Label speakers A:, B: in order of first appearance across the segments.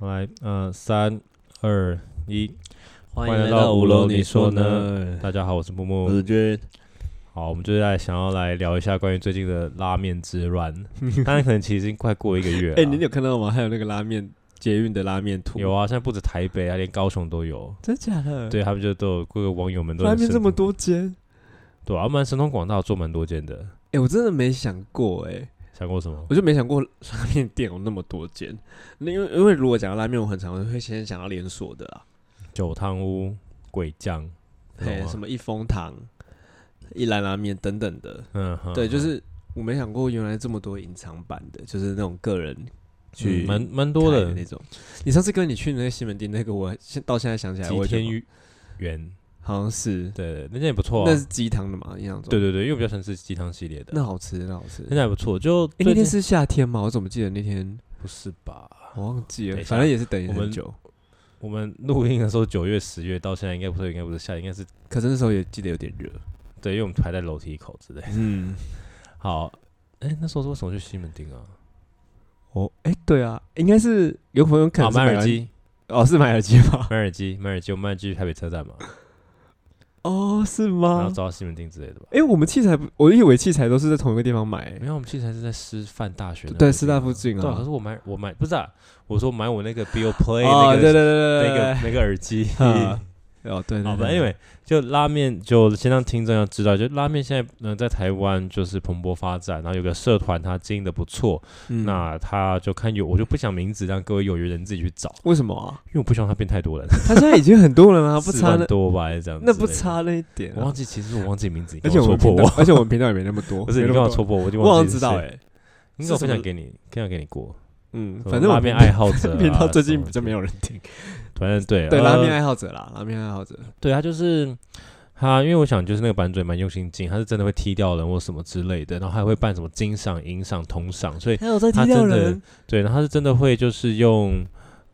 A: 来，呃，三二一，
B: 欢
A: 迎
B: 迎
A: 来
B: 来
A: 到
B: 到
A: 五
B: 五
A: 楼
B: 楼，
A: 你
B: 你
A: 说
B: 说
A: 呢
B: 呢？
A: 大家好，我是木
B: 我
A: 木。
B: 是君，
A: 好，我们就是在想要来聊一下关于最近的拉面之乱， 当然可能其实已经快过一个月了。
B: 哎，你有看到吗？还有那个拉面捷运的拉面图，
A: 有，啊，现在不止台北啊，连高雄都有。
B: 真假的？，
A: 对他们就都有各个网友们都
B: 拉
A: 很
B: 面
A: 神
B: 这么
A: 通，
B: 多间，
A: 对啊，他们神通广大做蛮多间的。
B: 哎，我真的没想过，哎，
A: 想过什么？
B: 我就没想过 拉面店有那么多间。那因为因为如果讲到拉面，我很常会先想到连锁的啊，
A: 九汤屋、鬼酱，
B: 嘿，什
A: 么？
B: 么一风堂、一兰拉面等等的。
A: 嗯，哼
B: 对，就
A: 哼
B: 是我没想过原来这么多隐藏版的，就是那种个人去
A: 嗯蛮蛮多
B: 开
A: 的。
B: 那种。你上次跟你去的那个西门町那个，我现到现在想起来，
A: 吉
B: 我也觉得
A: 天园，
B: 好像是，
A: 对，那间也不错啊
B: 那。是鸡汤的嘛，印象中。
A: 对，对对，因为我比较喜欢吃鸡汤系列的。
B: 那好吃，那好吃。
A: 现在还不错，就最
B: 诶那
A: 近
B: 天是夏天吗？我怎么记得那天
A: 不是吧？
B: 我忘记
A: 等
B: 了，
A: 一下
B: 反正也是等
A: 我
B: 很
A: 们
B: 久。
A: 我们录音的时候九月、十月到现在应该不是，应该不是夏天，应该是
B: 可是那时候也记得有点热。
A: 对，因为我们排在楼梯口之类。
B: 嗯，
A: 好，哎、那时候是为什么去西门町啊？
B: 哦，哎，对啊，应该是有朋友可
A: 啊，
B: 能是
A: 买耳
B: 完，
A: 机，
B: 哦，是买耳机吗？
A: 买耳机，买耳机，我们买耳机去台北车站嘛，
B: 哦，是
A: 然后
B: 吗
A: 走？到西门町之类的吧。
B: 哎，我们器材不，我以为器材都是在同一个地方买。诶
A: 没有，我们器材是在师范大学那
B: 对
A: 附
B: 师
A: 近
B: 大
A: 啊
B: 附近
A: 对啊，可
B: 啊
A: 是。我买我买不是啊，我说买我那个 Bill Play
B: 哦，
A: 那
B: 对对
A: 个
B: 对
A: 那
B: 对对
A: 个那个耳机。
B: 啊 哦，对，
A: 好吧
B: 对对
A: ，Anyway，就拉面，就先让听众要知道，就拉面现在嗯、呃在台湾就是蓬勃发展，然后有个社团它经营的不错，
B: 嗯
A: 那他就看有我就不讲名字，让各位有缘人自己去找，
B: 为什么啊？
A: 因为我不希望他变太多人，
B: 他现在已经很多人了啊，不
A: 4
B: 差
A: 万
B: 那
A: 多吧，还是这样，
B: 那不，差那一点
A: 我
B: 啊。
A: 忘记，其实我忘记名字，你
B: 而
A: 跟
B: 且
A: 我
B: 我
A: 戳破
B: 们频道
A: 我，，
B: 而且我们频道也没那么 多，
A: 不是
B: 没
A: 你
B: 那
A: 跟
B: 么
A: 我
B: 多
A: 戳破我，我就
B: 我好
A: 忘
B: 像
A: 记
B: 知道
A: 哎，
B: 哎，
A: 应该我
B: 是什
A: 分
B: 么
A: 享给你，分享给你过，
B: 嗯，
A: 什
B: 反
A: 么
B: 正我
A: 拉
B: 们
A: 面
B: 频
A: 爱好 者啊
B: 频道最
A: 什
B: 近
A: 么
B: 比较没有人听，
A: 反正对
B: 对拉面
A: 呃
B: 爱好者啦，拉面爱好者，
A: 对他就是他，因为我想就是那个版主也蛮用心经营，他是真的会踢掉人或什么之类的，然后还会办什么金赏、银赏、铜赏，所以
B: 还有哎在
A: 踢他掉真的人，对，然后他是真的会就是用。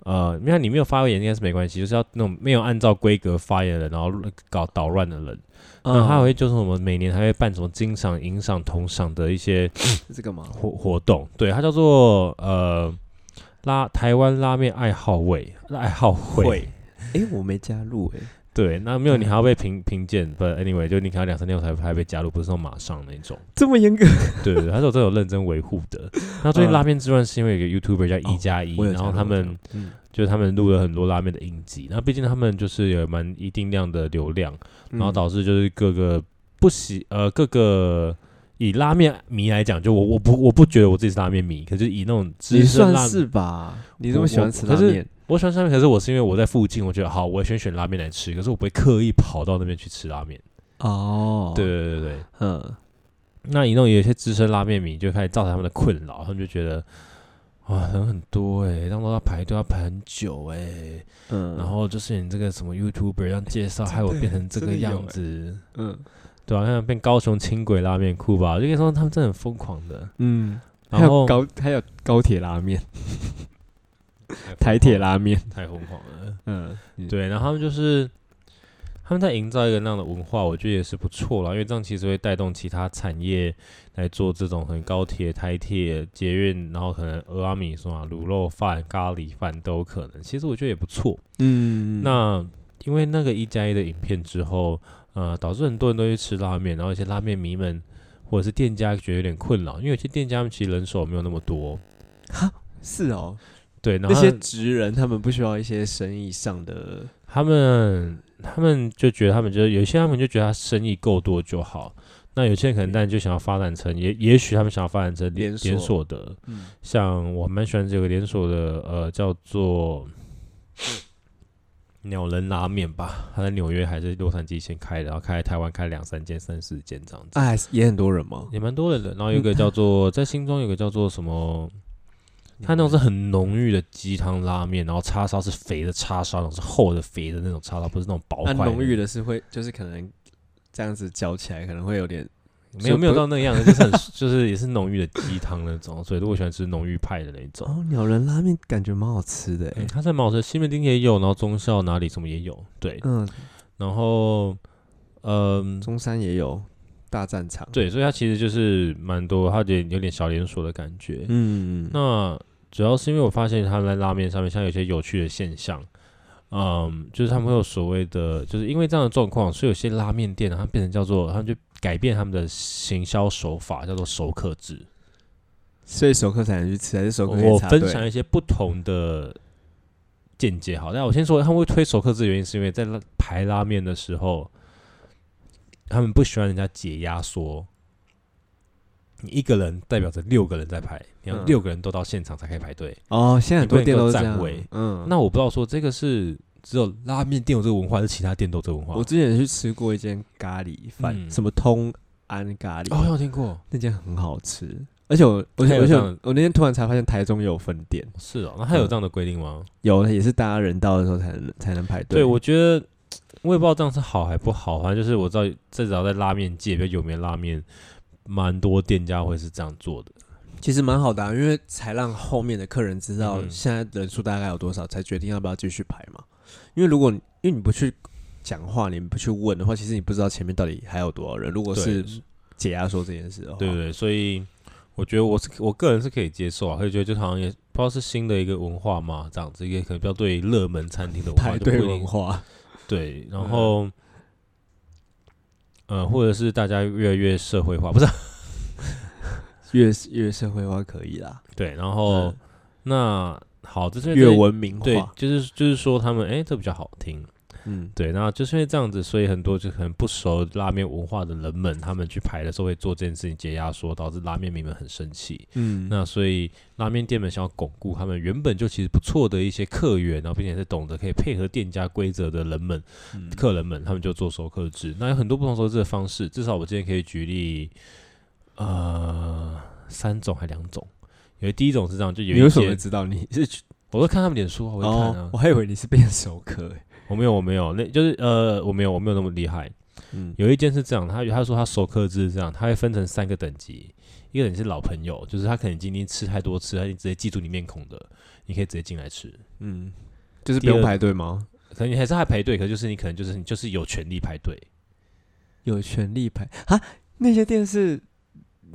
A: 呃，你看你没有发言应该是没关系，就是要那种没有按照规格发言的人，然后搞捣乱的人，然
B: 嗯
A: 后他还会就是我们每年还会办什么金赏、银赏、铜赏的一些
B: 这个嘛，
A: 活活动，对，它叫做呃拉台湾拉面爱好会爱好会，
B: 哎，我没加入哎，
A: 对，那没有你
B: 对
A: 还要被评评鉴，but anyway，就你可能要两三天后才才被加入，不是说马上那种。
B: 这么严格，
A: 对，对对，他是有真的有认真维护的。那最近
B: 嗯
A: 拉面之乱是因为有一个 YouTuber 叫一
B: 哦
A: 加一，
B: 我有
A: 然
B: 加
A: 后
B: 入
A: 他
B: 我有加
A: 们
B: 入嗯
A: 就是他们录了很多拉面的影集，那毕竟他们就是有蛮一定量的流量，然后
B: 嗯
A: 导致就是各个不喜呃各个。以拉面迷来讲，就我我不我不觉得我自己是拉面迷，可是以那种
B: 你
A: 资深
B: 算
A: 拉，
B: 是吧？你
A: 我
B: 这么喜欢
A: 我
B: 吃
A: 可
B: 拉
A: 是
B: 面，
A: 我喜欢吃拉面，可是我是因为我在附近，我觉得好，我也选选拉面来吃，可是我不会刻意跑到那边去吃拉面。
B: 哦，
A: 对，对对对，
B: 嗯，
A: 那一弄有一些资深拉面迷就开始造成他们的困扰，他们就觉得啊人很多哎、欸，让大家排队要排很久哎、
B: 嗯，
A: 然后就是你这个什么 YouTuber 让介绍，害我变成这
B: 真
A: 个
B: 的有
A: 样
B: 欸
A: 子，
B: 嗯
A: 对啊，像变高雄轻轨拉面库吧，我就跟你说他们真的很疯狂的。
B: 嗯，还
A: 然
B: 有
A: 后哦
B: 高还有高铁拉面，
A: 太疯
B: 台铁拉面，
A: 狂太疯狂了，
B: 嗯，对。
A: 对，然后他们就是。他们在营造一个那样的文化，我觉得也是不错啦，因为这样其实会带动其他产业来做这种很高铁、台铁、捷运，然后可能俄阿米说啊，卤肉饭、咖喱饭都有可能。其实我觉得也不错。
B: 嗯，
A: 那因为那个一加一的影片之后，呃，导致很多人都去吃拉面，然后一些拉面迷们或者是店家觉得有点困扰，因为有些店家他们其实人手没有那么多，
B: 是哦，
A: 对，然后
B: 那些职人他们不需要一些生意上的，
A: 他们他们就觉得他们就有些他们就觉得他生意够多就好，那有些人可能但就想要发展成也也许他们想要发展成
B: 连锁
A: 连锁的，
B: 嗯，
A: 像我蛮喜欢这个连锁的呃叫做。
B: 嗯
A: 鸟人拉面吧，他在纽约还是洛杉矶先开的，然后开在台湾开两三间、三四间这样子，
B: 哎，也很多人吗？
A: 也蛮多人的。然后有一个叫 做在新庄有个叫做什么，
B: 嗯
A: 它那种是很浓郁的鸡汤拉面，然后叉烧是肥的叉烧，那种是厚的肥的那种叉烧，不是那种薄
B: 那
A: 块的。
B: 啊浓郁的是会，就是可能这样子嚼起来可能会有点，
A: 没有
B: 就
A: 没有
B: 不
A: 到那个 样子，就是很就是也是浓郁的鸡汤那种，所以如果喜欢吃浓郁派的那种，
B: 哦，鸟人拉面感觉蛮好吃的
A: 嗯
B: 欸，
A: 它在茅山西门町也有，然后中校哪里什么也有，对，
B: 嗯，
A: 然后嗯。
B: 中山也有大战场，，
A: 对，所以它其实就是蛮多，它有点有点小连锁的感觉。
B: 嗯，
A: 那主要是因为我发现他们在拉面上面像有些有趣的现象，嗯，就是他们会有所谓的，就是因为这样的状况，所以有些拉面店啊，它变成叫做，他们就改变他们的行销手法，叫做熟客制。
B: 所以熟客才能去吃，还是熟客可以
A: 我
B: 插
A: 分
B: 队
A: 享一些不同的见解好，但我先说他们会推熟客制的原因，是因为在拉排拉面的时候，他们不喜欢人家解压缩。你一个人代表着六个人在排，你要
B: 嗯
A: 六个人都到现场才可以排队。
B: 哦，现在很多
A: 你不能
B: 店都
A: 够
B: 是这
A: 占
B: 样
A: 位。
B: 嗯，
A: 那我不知道说这个是只有拉面店有这个文化，还是其他店都有这个文化？
B: 我之前去吃过一间咖喱饭，
A: 嗯
B: 什么通安咖喱，
A: 哦，好像听过，
B: 那间很好吃。而且我，而且
A: 还有
B: 而且
A: 这样的
B: 我那天突然才发现台中也有分店，
A: 是哦。那还
B: 嗯
A: 有这样的规定吗？
B: 有也是大家人到的时候才能才能排队。
A: 对，我觉得我也不知道这样是好还不好，反正就是我知道至少在拉面界比较有名的拉面，蛮多店家会是这样做的。
B: 其实蛮好的、啊，因为才让后面的客人知道
A: 嗯
B: 现在人数大概有多少，才决定要不要继续排嘛。因为如果你因为你不去讲话，你不去问的话，其实你不知道前面到底还有多少人。如果
A: 对
B: 是哦解压缩这件事的话，
A: 对对对，所以我觉得我是我个人是可以接受啊，会觉得就好像也不知道是新的一个文化嘛，这样子一个可能比较对热门餐厅的文化
B: 排
A: 就不
B: 队
A: 一定
B: 文化，嗯
A: 对，然后，呃，或者是大家越来越社会化，不是啊？
B: 越越社会化可以啦，
A: 对，然后、
B: 嗯
A: 那好，这是
B: 越文明
A: 哦对
B: 化，，
A: 就是就是说他们哎、这比较好听，
B: 嗯，
A: 对，那就是因为这样子，所以很多就可能不熟拉面文化的人们，他们去排的时候会做这件事情解压缩，导致拉面迷们很生气。
B: 嗯，
A: 那所以拉面店们想要巩固他们原本就其实不错的一些客源，然后并且是懂得可以配合店家规则的人们，
B: 嗯
A: 客人们他们就做熟客制。那有很多不同熟客制的方式，至少我今天可以举例，呃，三种还两种。有第一种是这样，就
B: 你
A: 有
B: 为
A: 一
B: 什么
A: 些，
B: 知道你是去
A: 我都看他们脸书啊，我会看啊
B: 哦，，我还以为你是变熟客欸，
A: 我没有，我没有，那就是呃，我没有，我没有那么厉害。
B: 嗯，
A: 有一间是这样，他他说他熟客制是这样，他会分成三个等级，一个等级是老朋友，就是他可能今天吃太多次，他已经直接记住你面孔的，你可以直接进来吃。
B: 嗯，就是不
A: 第二
B: 用排队吗？
A: 可能你还是还排队，可就是你可能就是你就是有权利排队，
B: 有权利排啊？那些店是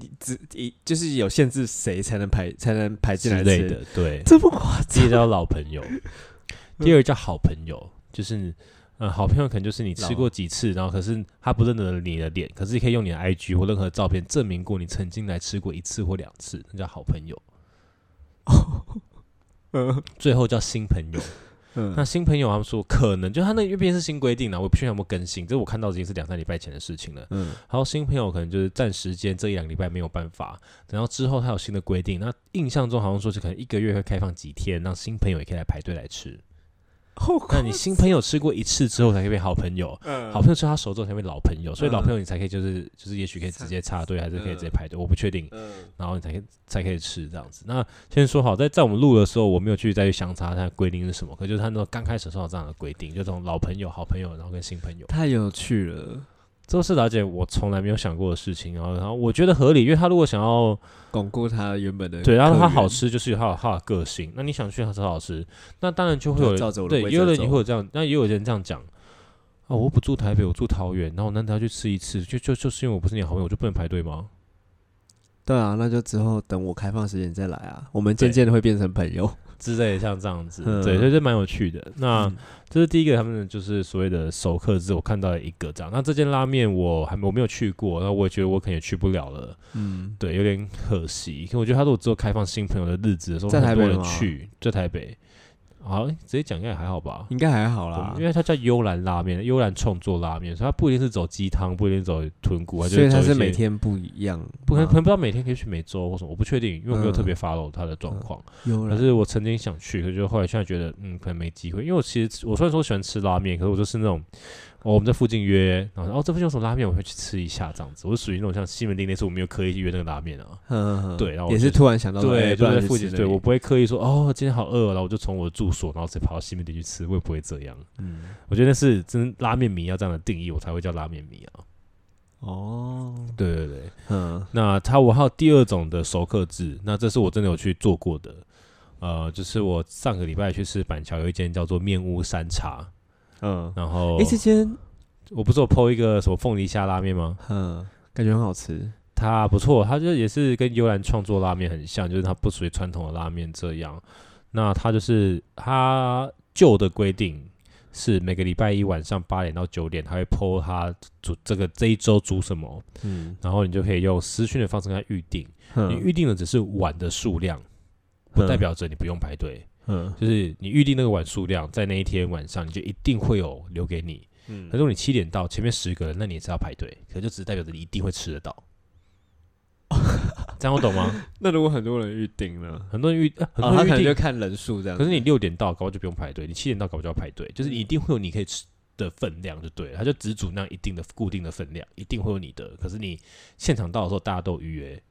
B: 你只一就是有限制谁才能排才能排进
A: 之
B: 来
A: 类
B: 吃
A: 的，对。
B: 这 么夸
A: 第一
B: 张？
A: 个叫老朋友，第二个叫好朋友，就是呃，好朋友可能就是你吃过几次，然后可是他不认得你的脸，可是你可以用你的 IG 或任何照片证明过你曾经来吃过一次或两次，那叫好朋友。
B: 嗯
A: 最后叫新朋友，那
B: 嗯
A: 新朋友他们说可能就他那边是新规定了，我也不确定有没有更新，这我看到已经是两三礼拜前的事情了。
B: 嗯，
A: 然后新朋友可能就是暂时间这一两个礼拜没有办法，等到之后他有新的规定，那印象中好像说是可能一个月会开放几天，让新朋友也可以来排队来吃。
B: 好
A: 那
B: 夸
A: 你新朋友吃过一次之后才可以变好朋友，
B: 嗯
A: 好朋友吃他手之后才变老朋友，所以
B: 嗯
A: 老朋友你才可以就是就是也许可以直接插队，还是可以直接排队，我不确定。
B: 嗯
A: 然后你才可以才可以吃这样子。那先说好，在在我们录的时候，我没有去再去详查它的规定是什么，可就是他那种刚开始的时候有这样的规定，就这种老朋友、好朋友，然后跟新朋友，
B: 太有趣了，
A: 这都是了解我从来没有想过的事情。啊然后，然后我觉得合理，因为他如果想要
B: 巩固它原本的
A: 对，然后
B: 客
A: 它
B: 源
A: 好，吃就是有它有它的个性，那你想去它吃好吃，那当然就会
B: 就
A: 有
B: 照着我的
A: 对，
B: 规
A: 也有
B: 则
A: 人也
B: 走
A: 会有这样，那也有人这样讲。啊、我不住台北，我住桃园，然后我难得要去吃一次，就就就是因为我不是你的好朋友，我就不能排队吗？
B: 对啊，那就之后等我开放时间再来啊，我们渐渐的会变成朋友。
A: 之类的，像这样子，
B: 嗯
A: 对，所以这蛮有趣的。那、
B: 嗯
A: 这是第一个，他们就是所谓的熟客制，我看到了一个这样。那这间拉面我还没我没有去过，那我也觉得我可能也去不了了，
B: 嗯，
A: 对，有点可惜。因为我觉得他如果只有开放新朋友的日子的时候，
B: 在台北
A: 很多人
B: 吗
A: 去，在台北，好，直接讲应该也还好吧。
B: 应该还好啦
A: 因，为它叫幽兰拉面，幽兰创作拉面，所以它不一定是走鸡汤，不一定走豚骨，它就
B: 所以它
A: 走一
B: 是
A: 些
B: 每天不一样吗，
A: 不可能，可能不知道每天可以去每周或什么，我不确定，因为我没有
B: 嗯
A: 特别 follow 它的状况。
B: 有
A: 可
B: 了，
A: 是我曾经想去，可是后来现在觉得，嗯，可能没机会。因为我其实我虽然说喜欢吃拉面，可是我就是那种，哦，我们在附近约，然后哦这附近有什么拉面，我会去吃一下这样子。我是属于那种像西门町那次我没有刻意去约那个拉面啊，
B: 嗯，
A: 对然后我
B: 也
A: 就是
B: 突然想到说，哎
A: 对，
B: 不
A: 就
B: 然
A: 在
B: 去
A: 附
B: 吃
A: 近，
B: 那
A: 对
B: 里
A: 我不会刻意说哦今天好饿，然后我就从我的住所，然后直接跑到西门町去吃，我也不会这样。
B: 嗯，
A: 我觉得是真拉面迷要这样的定义，我才会叫拉面迷啊。
B: 哦，
A: 对对对，
B: 嗯，
A: 那它我还有第二种的熟客制，那这是我真的有去做过的。呃，就是我上个礼拜去吃板桥有一间叫做面屋山茶，
B: 嗯，
A: 然后，
B: 哎、这间
A: 我不是有 PO 一个什么凤梨虾拉面吗？
B: 嗯，感觉很好吃。
A: 它不错，它就也是跟幽兰创作拉面很像，就是它不属于传统的拉面这样。那它就是它旧的规定是每个礼拜一晚上八点到九点，它会 PO 它煮这个这一周煮什么，
B: 嗯，
A: 然后你就可以用私讯的方式跟它预定。你
B: 哼
A: 预定的只是碗的数量，不代表着你不用排队。
B: 嗯
A: 就是你预定那个碗数量，在那一天晚上你就一定会有留给你。可是
B: 嗯，
A: 如果你七点到，前面十个人，那你也是要排队，可就只是代表着你一定会吃得到。 这样我懂吗？
B: 那如果很多人预定呢？
A: 很多人预、呃很
B: 哦，
A: 多
B: 他
A: 人
B: 可能
A: 预定，
B: 就看人数这样
A: 可
B: 子。
A: 是你六点到，搞不好就不用排队；你七点到，搞不好就要排队。就是你一定会有你可以吃的分量，就对了。他就只煮那样一定的固定的分量，一定会有你的。可是你现场到的时候，大家都有预约，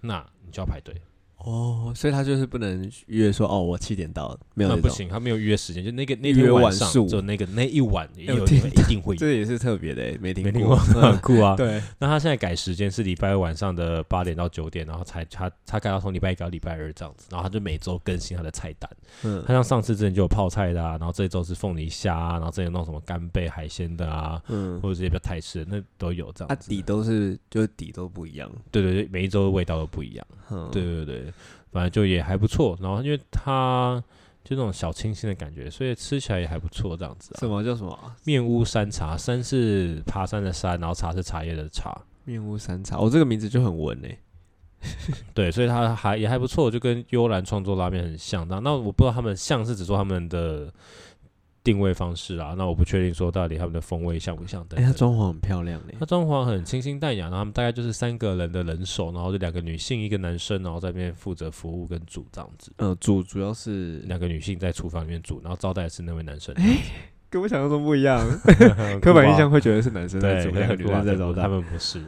A: 那你就要排队。
B: 哦，所以他就是不能约说哦，我七点到，没有
A: 那
B: 这
A: 不
B: 种。
A: 行，他没有约时间，就那个那
B: 预约
A: 天晚
B: 晚
A: 上，
B: 数
A: 就那个那一晚有
B: 我
A: 有
B: 听
A: 一定会有。
B: 这也是特别的欸， 没听
A: 没听
B: 过 嗯
A: 过，。很酷啊！
B: 对，
A: 那他现在改时间是礼拜二晚上的八点到九点，然后才他他改到从礼拜一改到礼拜二这样子，然后他就每周更新他的菜单。
B: 嗯
A: 他像上次之前就有泡菜的啊，然后这一周是凤梨虾、啊，然后之前弄什么干贝海鲜的啊，
B: 嗯，
A: 或者这些比较泰式的那都有这
B: 它
A: 样子。
B: 底都是就是底都不一样。
A: 啊对对对，每一周的味道都不一样。
B: 嗯，
A: 对对对，反正就也还不错。然后因为它就那种小清新的感觉，所以吃起来也还不错这样子、啊。
B: 什么叫什么啊
A: 面屋山茶，山是爬山的山，然后茶是茶叶的茶。
B: 面屋山茶？哦，这个名字就很文诶。
A: 对，所以它还也还不错，就跟幽兰创作拉面很像。那那我不知道他们像是只说他们的定位方式啦，那我不确定说到底他们的风味像不像等
B: 哎，它
A: 等。
B: 装潢很漂亮欸诶
A: 它。装潢很清新淡雅，然后他们大概就是三个人的人手，然后就两个女性一个男生，然后在那边负责服务跟煮这样子。
B: 嗯，主主要是
A: 两个女性在厨房里面煮，然后招待的是那位男生。
B: 跟我想象中不一样，
A: 很酷
B: 哎刻板印
A: 吧
B: 象会觉得是男生在
A: 对，
B: 煮，两个女生在
A: 招
B: 招
A: 待，他
B: 待。
A: 们不是。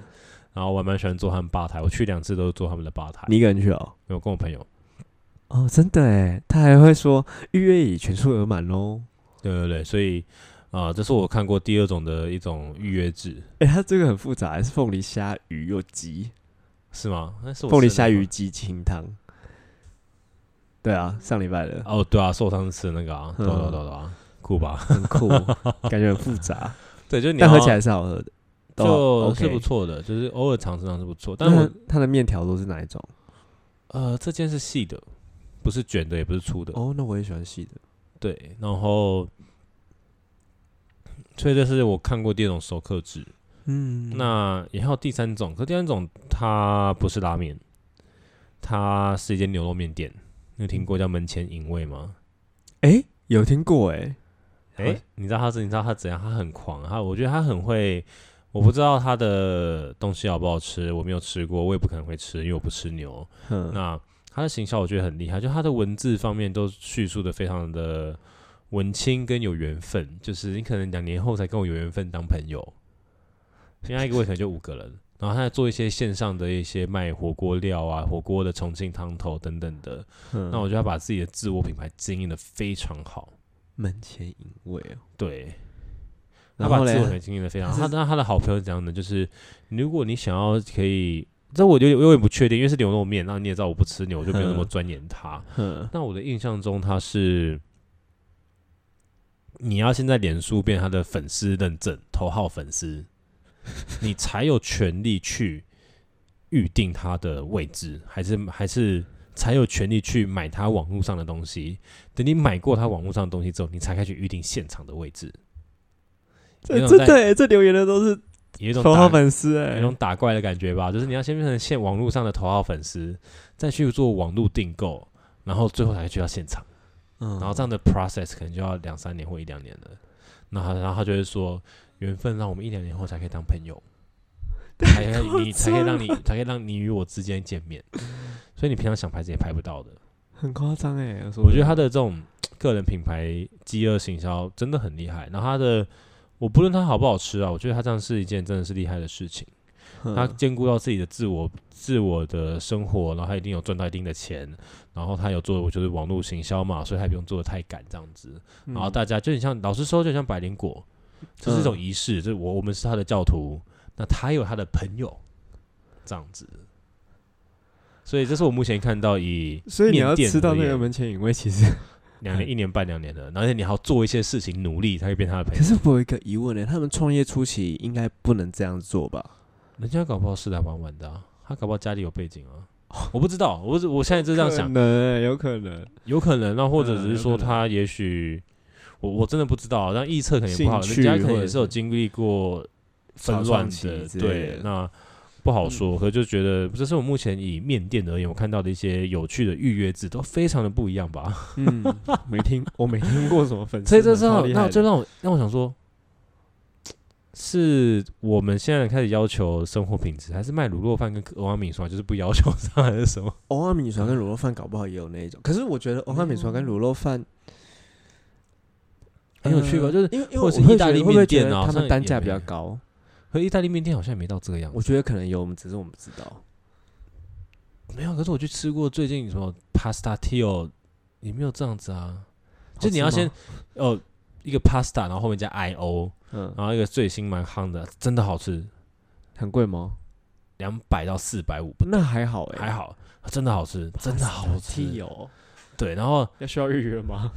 A: 然后我还蛮喜欢做他们吧台，我去两次都是做他们的吧台，
B: 你一个人去哦？
A: 有跟我朋友。
B: 哦，真的诶，他还会说预约已全数额满喽。
A: 对对对，所以啊、呃这是我看过第二种的一种预约制，
B: 哎，它这个很复杂欸，是凤梨虾鱼又鸡，
A: 是吗？那是我
B: 凤梨
A: 吃的
B: 虾
A: 那个
B: 鱼鸡清汤。对啊，上礼拜的
A: 吗。哦，对啊，是我上次吃的那个啊，对啊
B: 嗯
A: 对啊对啊对啊，酷吧？
B: 很酷，感觉很复杂，
A: 对，就是你
B: 但
A: 要
B: 喝起来是好喝的，都
A: 就
B: OK
A: 是不。错的，就是偶尔尝试尝试不错。但
B: 但
A: 我
B: 是它的面条都是哪一种？
A: 呃，这件是细的，不是卷的，也不是粗的，
B: 哦，那我也喜欢细的。
A: 对。然后，所以这是我看过第二种熟客制。
B: 嗯
A: 那也还有第三种，可第三种它不是拉面，它是一间牛肉面店。你有听过叫门前隐味吗？
B: 哎，有听过哎，
A: 哎、你知道他是，你知道他怎样？他很狂，啊他我觉得他很会。我不知道他的东西好不好吃，我没有吃过，我也不可能会吃，因为我不吃牛。
B: 嗯
A: 那他的行销我觉得很厉害，就他的文字方面都叙述的非常的文青跟有缘分，就是你可能两年后才跟我有缘分当朋友，因为他一个位可能就五个人，然后他在做一些线上的一些卖火锅料啊、火锅的重庆汤头等等的，
B: 嗯，
A: 那我觉得他把自己的自我品牌经营的非常好，
B: 门前隐味哦。
A: 对，他
B: 然
A: 把
B: 后
A: 自我
B: 嘞，
A: 很经营的非常
B: 他
A: 好。
B: 是
A: 他那他的好朋友是怎样的？就是如果你想要可以，这我有点我也不确定，因为是牛肉面，那你也知道我不吃牛，我就没有那么
B: 嗯
A: 钻研它。
B: 嗯
A: 那我的印象中，他是你要先在脸书变他的粉丝认证，头号粉丝，你才有权利去预定他的位置，还是还是才有权利去买他网络上的东西。等你买过他网络上的东西之后，你才开始预定现场的位置。有
B: 这
A: 一
B: 这
A: 种在
B: 对这留言的都是
A: 有一种
B: 头
A: 打
B: 号粉丝
A: 有
B: 哎
A: 一，种打怪的感觉吧，就是你要先变成现网络上的头号粉丝，再去做网络订购，然后最后才去到现场，
B: 嗯
A: 然后这样的 process 可能就要两三年或一两年了。那他然后他就会说，缘分让我们一两年后才可以当朋 友，才可以你才可以让你才可以让你与我之间见 面，所以你平常想拍子也拍不到的。
B: 很夸张哎，说
A: 我觉得
B: 真
A: 他的这种个人品牌饥饿行销真的很厉害。然后他的，我不论他好不好吃啊，我觉得他这样是一件真的是厉害的事情。他
B: 嗯
A: 兼顾到自己的自我、自我的生活，然后他一定有赚到一定的钱，然后他有做，我就是网络行销嘛，所以他不用做的太赶这样子。
B: 嗯
A: 然后大家就很像，老实说，就像百灵果，这是一种仪
B: 嗯
A: 式，就是我我们是他的教徒，那他有他的朋友，这样子。所以这是我目前看到以
B: 所以你
A: 面
B: 要
A: 店
B: 吃到
A: 而
B: 那个
A: 言
B: 门前隐味，其实
A: 两
B: 嗯
A: 年、一年半、两年的，而且你还要做一些事情，努力才会变他的朋
B: 可
A: 友。
B: 是我有一个欸疑问呢，他们创业初期应该不能这样做吧？
A: 人家搞不好是来玩玩的、啊，他搞不好家里有背景啊，我不知道，我只我现在就这样想，
B: 可能欸有可能，
A: 有可能，啊那或者只是
B: 嗯有
A: 说
B: 可能
A: 他也许，我我真的不知道啊，但臆测肯定不好，人
B: 兴趣
A: 家可能
B: 或
A: 也
B: 者
A: 是有经历过纷
B: 草
A: 乱
B: 创期
A: 的，
B: 之类
A: 对
B: 的，嗯
A: 那不好说，可是就觉得这是我目前以面店而言，我看到的一些有趣的预约制都非常的不一样吧，
B: 嗯，没听， 我没听过什么粉丝，
A: 所以这时
B: 超
A: 候
B: 厉害
A: 那
B: 嗯的
A: 就让我让我想说。是我们现在开始要求生活品质，还是卖卤肉饭跟俄阿米刷，就是不要求它还是什么？
B: 欧阿米船跟卤肉饭搞不好也有那一种，可是我觉得欧阿米船跟卤肉饭
A: 嗯很有趣吧？
B: 呃
A: 就是
B: 因为因为
A: 或
B: 我
A: 者是意大
B: 会觉得
A: 利
B: 会不会
A: 面
B: 觉
A: 店
B: 得
A: 啊
B: 他
A: 好像
B: 们
A: 也
B: 单价比
A: 没
B: 较
A: 有
B: 高，
A: 和意大利面店好像也没到这个样子。
B: 我觉得可能有，我们只是我们不知道。
A: 没有，可是我去吃过最近什么 pasta tio，也没有这样子啊。就
B: 好
A: 你
B: 吃
A: 要先
B: 吗，
A: 呃，一个 pasta，然后后面加 i o，
B: 嗯，
A: 然后一个最新蛮夯的，真的好吃，
B: 很贵吗？
A: 两百到四百五，
B: 那还好哎，
A: 还好，真的好吃，真的好吃。
B: 有
A: 对，然后
B: 要需要预约吗？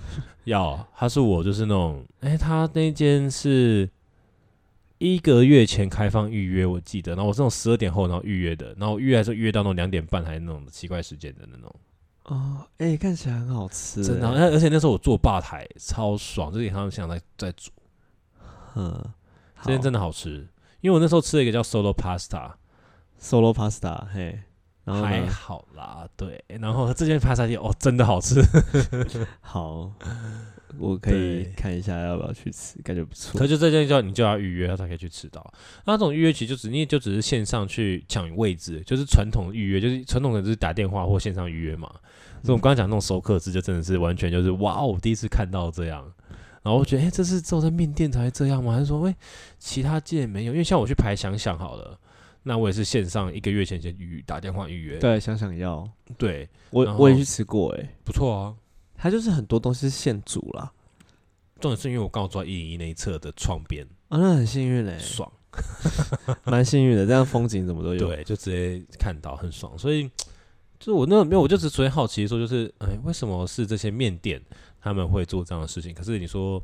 A: 要他是我就是那种，哎、他那间是一个月前开放预约，我记得，然后我是那种十二点后然后预约的，然后预约还是预约到那种两点半还是那种奇怪时间的那种。
B: 哦，哎，看起来很好吃，
A: 真的，哦
B: 哎
A: 而而且那时候我坐吧台超爽，就是他们想在在煮，
B: 嗯，
A: 这间真的
B: 的
A: 好吃。因为我那时候吃了一个叫 Solo Pasta，
B: solo pasta 嘿，然后
A: 还
B: 呢
A: 好啦，对。然后这间 pasta 店哦，真的好吃，
B: 好，我可以
A: 对
B: 看一下要不要去吃，感觉不错
A: 可。就这间叫你就要预约，他才可以去吃到。那这种预约其实就只你也就只是线上去抢位置，就是传统预约，就是传统的就是打电话或线上预约嘛。所以我们刚刚讲那种熟客制，就真的是完全就是哇哦，我第一次看到这样。然后我觉得，哎、这是只有在面店才会这样吗？还是说，喂、其他店没有？因为像我去排想想好了，那我也是线上一个月前先预打电话预约，
B: 对，想想要，
A: 对，然
B: 我
A: 后
B: 我也去吃过哎，
A: 不错啊。
B: 它就是很多东西是现煮啦，
A: 重点是因为我刚好坐在一零一那一侧的窗边，
B: 啊，那很幸运 嘞，
A: 爽。
B: 蛮幸运的，这样风景怎么都有。
A: 对，就直接看到很爽，所以就是我那没有，我就只纯粹好奇说，就是哎，为什么是这些面店他们会做这样的事情？可是你说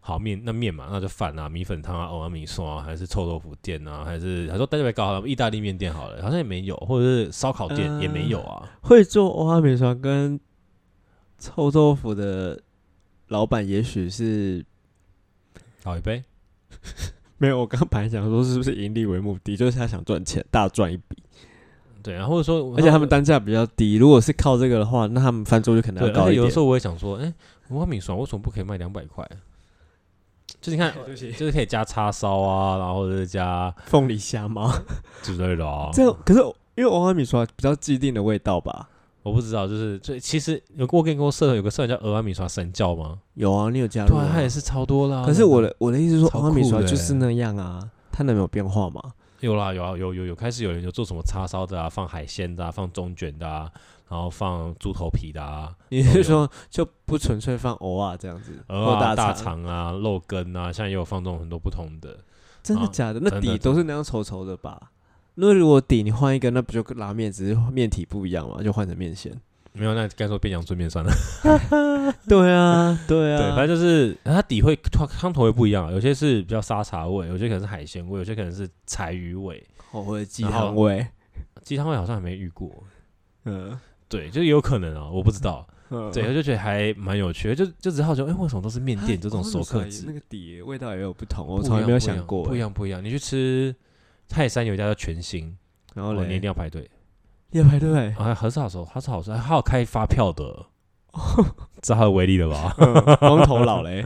A: 好面那面嘛，那就饭啊、米粉汤啊、偶尔米线啊，还是臭豆腐店啊，还是还说大家别搞好了，意大利面店好了，好像也没有，或者是烧烤店也没有啊。
B: 会做欧阿米船跟臭豆腐的老板，也许是
A: 搞一杯，
B: 没有。我刚本来想说，是不是盈利为目的，就是他想赚钱，大赚一笔，
A: 对，然后或者说，
B: 而且他们单价比较低。如果是靠这个的话，那他们翻桌率可能
A: 对，
B: 要
A: 而
B: 高
A: 且
B: 一
A: 有的
B: 点
A: 时。候我也想说，哎、我很米爽，为什么不可以卖两百块？啊就是你看，就是可以加叉烧啊，然后或者是加
B: 凤梨虾吗？
A: 之类的啊。
B: 这可是因为欧阿米船比较既定的味道吧？
A: 我不知道，就是最其实有过跟你跟我社团有个社团叫俄阿米刷神教吗？
B: 有啊，你有加入
A: 对啊，
B: 啊
A: 它也？是超多啦。
B: 可是我的我的意思是说，
A: 超
B: 欧阿米
A: 酷
B: 船
A: 的
B: 就是
A: 欸
B: 那样啊，它能有变化吗？
A: 有啦有啊有有有开始有人有做什么叉烧的啊，放海鲜的啊，放中卷的啊，然后放猪头皮的啊，
B: 你
A: 都
B: 是
A: 有
B: 说就不纯粹放偶尔这样子，
A: 鹅
B: 或
A: 啊大
B: 大
A: 肠啊肉羹啊，现在也有放这种很多不同的。
B: 真的
A: 啊
B: 假的？那
A: 真的真
B: 底都是那样稠稠的吧？那如果底你换一个，那不就跟拉面只是面体不一样嘛，就换成 面线。
A: 没有，那该说变阳春面算了。
B: 对啊，对
A: 对，反正就是它底会它汤头会不一样啊，有些是比较沙茶味，有些可能是海鲜味，有些可能是柴鱼味。
B: 我会鸡
A: 然后
B: 汤味，
A: 鸡汤味好像还没遇过，
B: 嗯，
A: 对，就是有可能啊，我不知道。
B: 嗯
A: 对，我就觉得还蛮有趣的，就就只好奇，哎、为什么都是面
B: 啊
A: 店这种
B: 哦
A: 熟客
B: 那
A: 制
B: 那？个底味道也有不同，
A: 不
B: 我
A: 一
B: 从来
A: 样
B: 没有
A: 不一
B: 想
A: 样
B: 过哎
A: 不一。样不一样。你去吃泰山有一家叫全新，
B: 然后
A: 哦，你一
B: 嘞
A: 定，要排队，
B: 也排队，
A: 啊，很是好熟，它是好吃，还有开发票 的，这还有威力了吧？
B: 嗯光头佬嘞，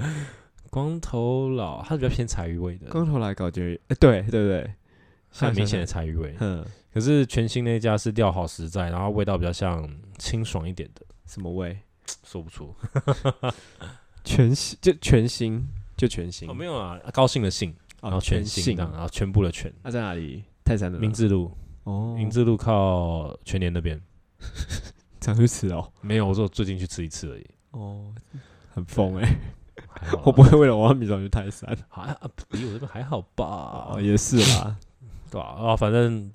A: 光头佬，它是比较偏柴鱼味的，
B: 光头佬感觉，哎对对对，
A: 很明显的
B: 的，
A: 柴鱼味。
B: 嗯，
A: 可是全新那一家是料好实在，然后味道比较像清爽一点的，
B: 什么味？
A: 说不出。
B: 全新就全新就全 新
A: 哦，，没有啊，高兴的兴，然
B: 哦，
A: 后全新啊
B: 新
A: 这样，然后全部的全，
B: 那在哪里？泰山的
A: 明治路，
B: 哦，
A: 明治路靠全联那边。
B: 常去吃哦，
A: 没有，我说我最近去吃一次而已。
B: 哦，很疯哎、
A: 还 好啦啊
B: 我不会为了我要米早去泰山
A: 还啊，比我这边还好吧
B: 哦，？也是 啦，
A: 对吧、啊？反正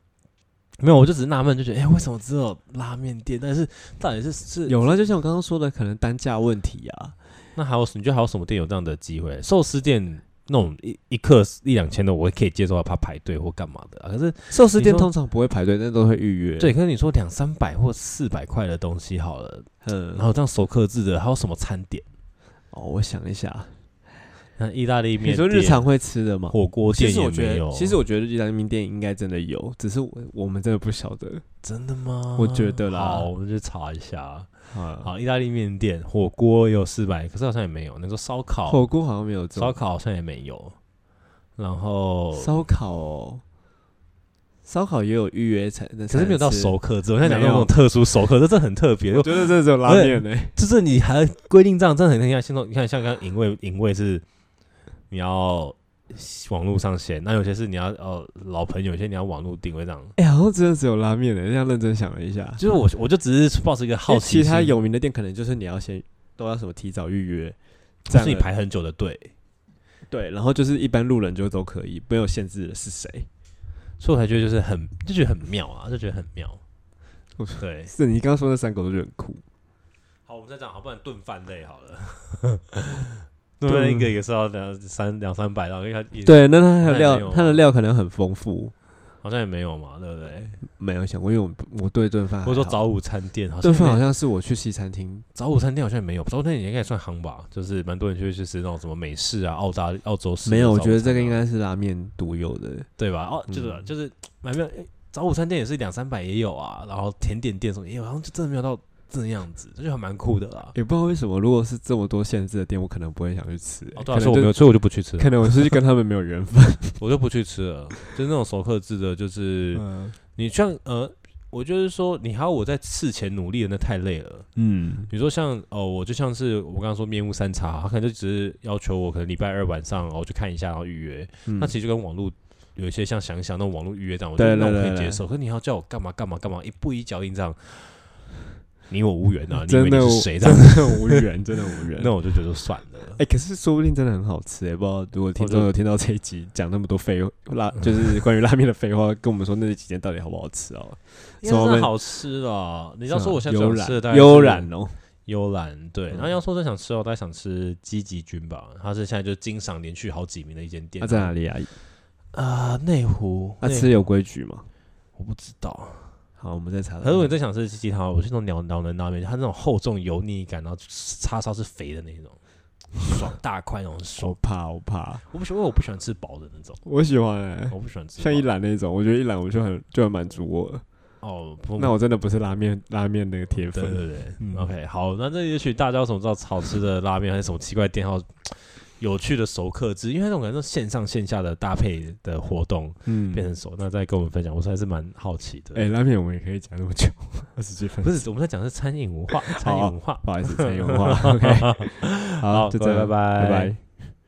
A: 没有，我就只是纳闷，就觉得哎、诶为什么只有拉面店？但是到底是是
B: 有了，就像我刚刚说的，可能单价问题啊，
A: 那还有你觉得还有什么店有这样的机会？寿司店那种一一克一两千的，我可以接受他排队或干嘛的、啊。可是
B: 寿司店
A: 你说
B: 通常不会排队，但都会预约。
A: 对，，可是你说两三百或四百块的东西好了，
B: 嗯
A: 然，后这样熟客制的，还有什么餐点？
B: 哦，我想一下，
A: 像意大利面店，
B: 你说日常会吃的吗？
A: 火锅
B: 其
A: 店
B: 实
A: 也
B: 我觉
A: 没
B: 得
A: 有。，
B: 其实我觉得意大利面店应该真的有，只是我我们真的不晓得。
A: 真的吗？
B: 我觉得啦
A: 好，我们就查一下。
B: 好，
A: 好，意大利面店火锅也有四百，可是好像也没有。那时候烧烤，
B: 火锅好像没有这
A: 烧
B: 种
A: 烤好像也没有。然后，
B: 烧烤哦，烧烤也有预约才，可
A: 可是没有到熟。客制。我现在讲
B: 没
A: 那
B: 有
A: 种特殊熟客，这真的很特别。
B: 我觉得这种拉面欸呢、
A: 就是你还规定这样，真的很像现在你看，像刚刚营位，营位是你要呃网络上先，那有些是你要呃老朋友，有些你要网络定位这样。
B: 哎、好像真的只有拉面呢、这样认真想了一下，
A: 就是我我就只是抱持一个好
B: 因为
A: 奇心，
B: 其他有名的店可能就是你要先都要什么提早预约，这
A: 不
B: 样
A: 是你
B: 的
A: 排很久的队，
B: 对，然后就是一般路人就都可以，没有限制的是谁。
A: 所以我才觉得就是很就觉得很妙啊，就觉得很妙。对，
B: 是你刚刚说那三个我都觉得很酷，
A: 好，我们再讲好，不然炖饭类好了。 炖饭一个也是要两三两三百，然后因为它也
B: 对，那它
A: 那
B: 的
A: 也没有
B: 料
A: 啊
B: 它的料可能很丰富，
A: 好像也没有嘛，对不对？
B: 没有想过，因为我不我对顿饭还
A: 或者说
B: 好
A: 早午餐店哎好像
B: 顿饭
A: 也
B: 好像是我去西餐厅，
A: 早午餐店好像也没有，早午餐店应该也算夯吧，就是蛮多人去去吃那种什么美式啊、澳大澳洲式的
B: 没有，我觉得
A: 早午餐啊
B: 这个应该是拉面独有的。
A: 对吧？哦，就是、
B: 嗯
A: 就是买没有诶早午餐店也是两三百也有啊，然后甜点店什么也有，哎好像就真的没有到这样子，这就还蛮酷的啦。
B: 也不知道为什么，如果是这么多限制的店，我可能不会想去吃、欸
A: 哦，对
B: 嗯可
A: 啊，所
B: 能
A: 以我没有，
B: 就
A: 所以我就不去吃了，
B: 可能我是跟他们没有缘分。
A: 我就不去吃了。就是那种熟客制的，就是、
B: 嗯
A: 你像呃，我就是说，你还要我在事前努力的，那太累了。
B: 嗯
A: 比如说像哦，我就像是我刚刚说面屋三茶，他可能就只是要求我可能礼拜二晚上，然后去看一下，然后预约。
B: 嗯
A: 那其实就跟网络有一些像想一想那种网络预约这样，我觉得
B: 对
A: 那我
B: 对
A: 可以
B: 对
A: 接
B: 对
A: 受。可你要叫我干嘛干嘛干嘛，一步一脚印这样，你我无缘啊！你以为
B: 真的
A: 你
B: 我
A: 是谁这
B: 真
A: 样？
B: 的无 缘，真的无缘。
A: 那我就觉得算了
B: 哎、。可是说不定真的很好吃哎、不知道如果听众有听到这一集讲那么多废话，拉
A: 嗯
B: 就是关于拉面的废话，跟我们说那几间到底好不好吃哦？
A: 应该
B: 什
A: 是
B: 么
A: 好吃啦！你
B: 你
A: 要说我现在最
B: 悠
A: 想吃的大
B: 然
A: 概是
B: 悠然哦，
A: 幽兰对，然后
B: 嗯
A: 要说最想吃的，我大概想吃积极君吧，它是现在就经常连续好几名的一间店。
B: 那在哪里啊？
A: 啊，内湖。
B: 那
A: 内
B: 吃有规矩吗？
A: 我不知道，
B: 好，我们再查查。
A: 可是我真想吃鸡鸡汤，我是那种鸟鸟人拉面，它那种厚重油腻感，然后叉烧是肥的那种，爽大块那种
B: 我
A: 爽。
B: 怕，我怕，
A: 我不哦喜欢，因为我不喜欢吃薄的那种，
B: 我喜欢哎、
A: 我不喜欢吃薄
B: 像一兰那种，我觉得一兰我就很就很满足我了。
A: 哦，不
B: 那我真的不是拉面拉面那个铁
A: 对
B: 粉，
A: 对对、
B: 嗯
A: o k 好，那这也许大家有什么知道好吃的拉面，还是什么奇怪店号，有趣的熟客制，因为那种感觉是线上线下的搭配的活动
B: 嗯
A: 变成熟，那再跟我们分享，我实在是蛮好奇的。
B: 哎、拉面我们也可以讲那么久， 二十几分
A: 不
B: 钟，
A: 是，我们在讲的是餐饮文化，餐饮文化。
B: 不好意思，太有话。OK，
A: 好
B: 好，就这样，
A: 各位拜拜
B: 拜拜。